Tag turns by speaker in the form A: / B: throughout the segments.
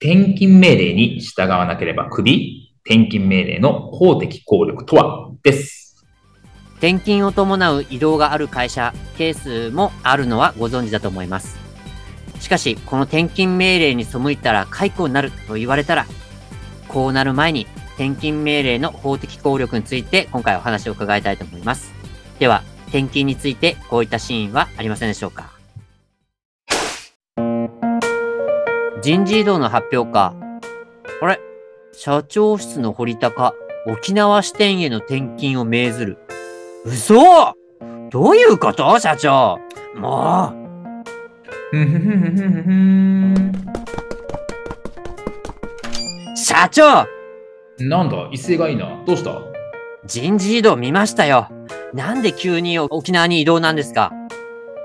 A: 転勤命令に従わなければクビ転勤命令の法的効力とはです
B: 転勤を伴う移動がある会社ケースもあるのはご存知だと思いますしかしこの転勤命令に背いたら解雇になると言われたらこうなる前に転勤命令の法的効力について今回お話を伺いたいと思いますでは転勤についてこういったシーンはありませんでしょうか人事異動の発表かあれ社長室の堀高沖縄支店への転勤を命ずる嘘どういうこと社長もう社長
A: なんだ一斉がいいなどうした
B: 人事異動見ましたよ。なんで急に沖縄に移動なんですか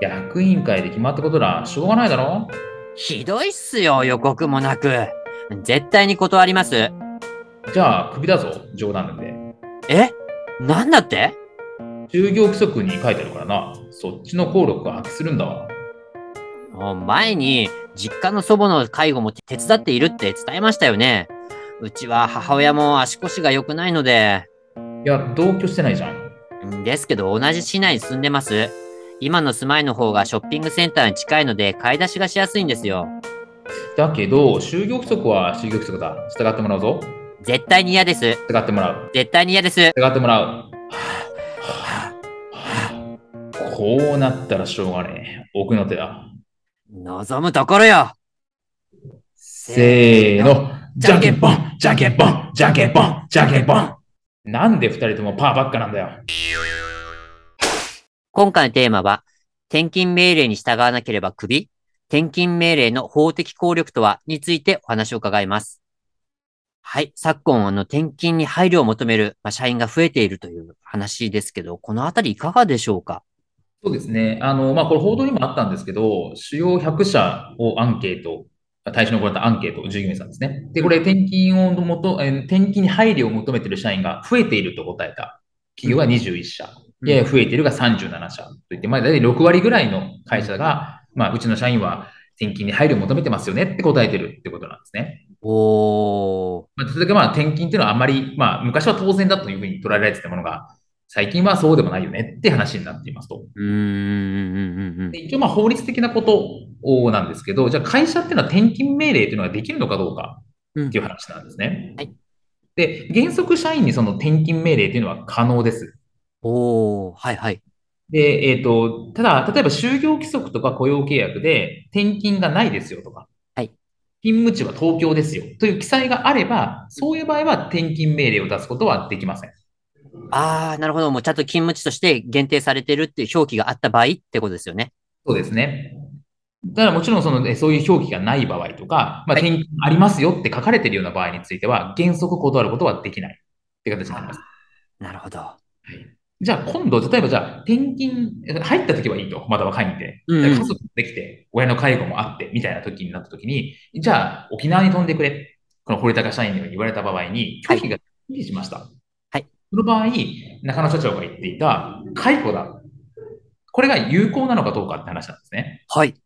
A: 役員会で決まったことだしょうがないだろ
B: ひどいっすよ、予告もなく。絶対に断ります。
A: じゃあクビだぞ冗談なんで
B: えなんだって
A: 就業規則に書いてあるからなそっちの効力が発揮するんだわ
B: もう前に実家の祖母の介護も手伝っているって伝えましたよね。うちは母親も足腰が良くないので。
A: いや同居してないじゃん
B: んですけど同じ市内に住んでます。今の住まいの方がショッピングセンターに近いので買い出しがしやすいんですよ。
A: だけど就業規則は就業規則だ従ってもらうぞ
B: 絶対に嫌です。
A: 従ってもらう
B: 絶対に嫌です。
A: 従ってもらうはあはあはあこうなったらしょうがねえ奥の手だ
B: 望むところよ
A: せーのじゃんけんぽんじゃんけんぽんじゃんけんぽんじゃんけんぽんなんで二人ともパーばっかなんだよ
B: 今回のテーマは、転勤命令に従わなければクビ転勤命令の法的効力とはについてお話を伺います。はい。昨今、あの、転勤に配慮を求める、まあ、社員が増えているという話ですけど、このあたりいかがでしょうか
A: そうですね。あの、まあ、これ報道にもあったんですけど、主要100社をアンケート、対象に行ったアンケート、従業員さんですね。で、これ、転勤をもと、えー転勤に配慮を求めている社員が増えていると答えた企業が21社、いやいや増えているが37社といって、まあ、大体6割ぐらいの会社が、まあ、うちの社員は転勤に配慮を求めてますよねって答えてるってことなんですね。
B: おー。
A: まあ、それだけまあ転勤っていうのはあんまり、まあ、昔は当然だというふうに捉えられてたものが、最近はそうでもないよねって話になっていますと。
B: うーん、うん、うん、うん
A: で。一応まあ法律的なことなんですけど、じゃあ会社っていうのは転勤命令というのができるのかどうか
B: うん
A: っていう話なんですね。
B: はい
A: で、原則社員にその転勤命令というのは可能です。
B: おー、はい、はい。
A: で、えっ、と、ただ、例えば就業規則とか雇用契約で転勤がないですよとか、
B: はい
A: 勤務地は東京ですよという記載があれば、そういう場合は転勤命令を出すことはできません。
B: あー、なるほど。もうちゃんと勤務地として限定されてるっていう表記があった場合ってことですよね。
A: そうですね。ただもちろんその、えそういう表記がない場合とか、まあ、転勤ありますよって書かれているような場合については、原則断ることはできないって形になります。
B: なるほど。
A: じゃあ今度、例えばじゃあ、転勤、え入った時はいいと、まだ若いんで、
B: うん
A: 家族もできて、親の介護もあって、みたいな時になった時に、じゃあ、沖縄に飛んでくれ、この堀高社員に言われた場合に、拒否が拒否しました。
B: はい
A: その場合、中野社長が言っていた、解雇だ。これが有効なのかどうかって話なんですね。
B: はい。
A: いわ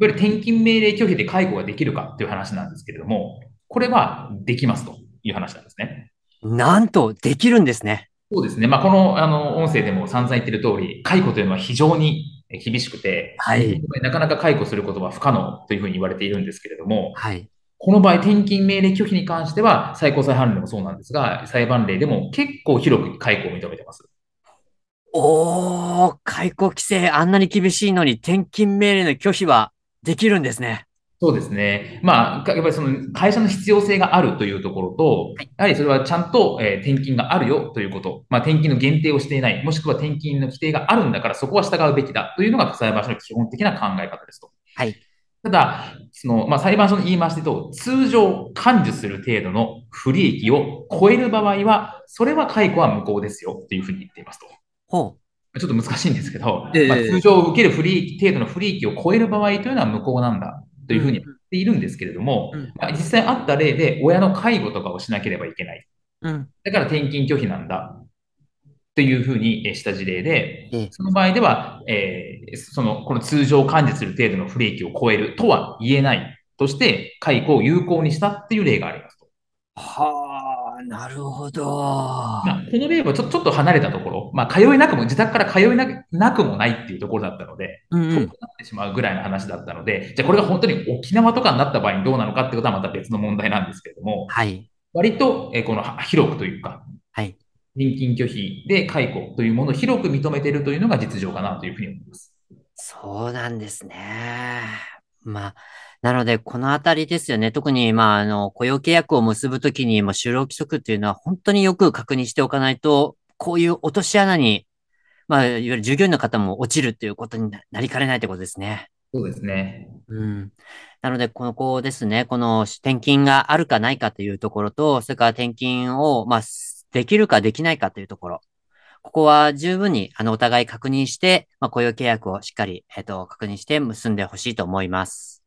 A: ゆる転勤命令拒否で解雇ができるかという話なんですけれども、これはできますという話なんですね。
B: なんと、できるんですね。
A: そうですね。まあ、このあの音声でも散々言ってる通り、解雇というのは非常に厳しくて、
B: はい。
A: なかなか解雇することは不可能というふうに言われているんですけれども、
B: はい。
A: この場合、転勤命令拒否に関しては、最高裁判例もそうなんですが、裁判例でも結構広く解雇を認めてます。
B: おー、解雇規制あんなに厳しいのに転勤命令の拒否はできるんですね。
A: そうですね。まあ、かやっぱりその会社の必要性があるというところと、やはりそれはちゃんと、えー転勤があるよということ、まあ、転勤の限定をしていない、もしくは転勤の規定があるんだからそこは従うべきだというのが裁判所の基本的な考え方ですと。
B: はい。
A: ただ、その、まあ、裁判所の言い回しで言うと、通常、感受する程度の不利益を超える場合は、それは解雇は無効ですよっていうふうに言っていますと。
B: ほ
A: ちょっと難しいんですけど、
B: ええ
A: まあ、通常受ける不利益、程度の不利益を超える場合というのは無効なんだというふうに言っているんですけれども、
B: うん
A: まあ、実際あった例で、親の介護とかをしなければいけない。
B: う。うん。
A: だから転勤拒否なんだ。っていうふうにえーした事例で
B: ええ、
A: その場合では、えーその、この通常感じする程度の不利益を超えるとは言えないとして、解雇を有効にしたっていう例がありますと。
B: はあ、なるほど。
A: まあ、この例はちょちょっと離れたところ、まあ、通えなくも、自宅から通えなくなくもないっていうところだったので、
B: うん
A: そう
B: う。
A: なんってしまうぐらいの話だったので、じゃあこれが本当に沖縄とかになった場合にどうなのかってことはまた別の問題なんですけれども、
B: はい。
A: 割と、えーこのは広くというか、
B: はい。
A: 転勤拒否で解雇というものを広く認めているというのが実情かなというふうに思います。
B: そうなんですね。まあ、なので、このあたりですよね。特に、まあ、あの、雇用契約を結ぶときに、もう就労規則っていうのは本当によく確認しておかないと、こういう落とし穴に、まあ、いわゆる従業員の方も落ちるということにななりかねないということですね。
A: そうですね。
B: うん。なので、この子ですね、この転勤があるかないかというところと、それから転勤を、まあ、すできるかできないかというところ。ここは十分に、あの、お互い確認して、まあ、雇用契約をしっかり、えっと、確認して結んでほしいと思います。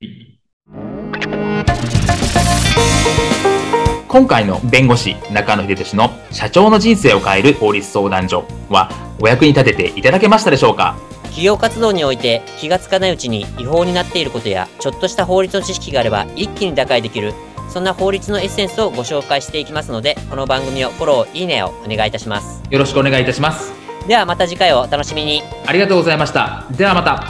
A: 今回の弁護士中野秀俊の社長の人生を変える法律相談所はお役に立てていただけましたでしょうか
B: 企業活動において気がつかないうちに違法になっていることや、ちょっとした法律の知識があれば一気に打開できる、そんな法律のエッセンスをご紹介していきますので、この番組をフォロー、いいねをお願いいたします。
A: よろしくお願いいたします。
B: ではまた次回をお楽しみに。
A: ありがとうございました。ではまた。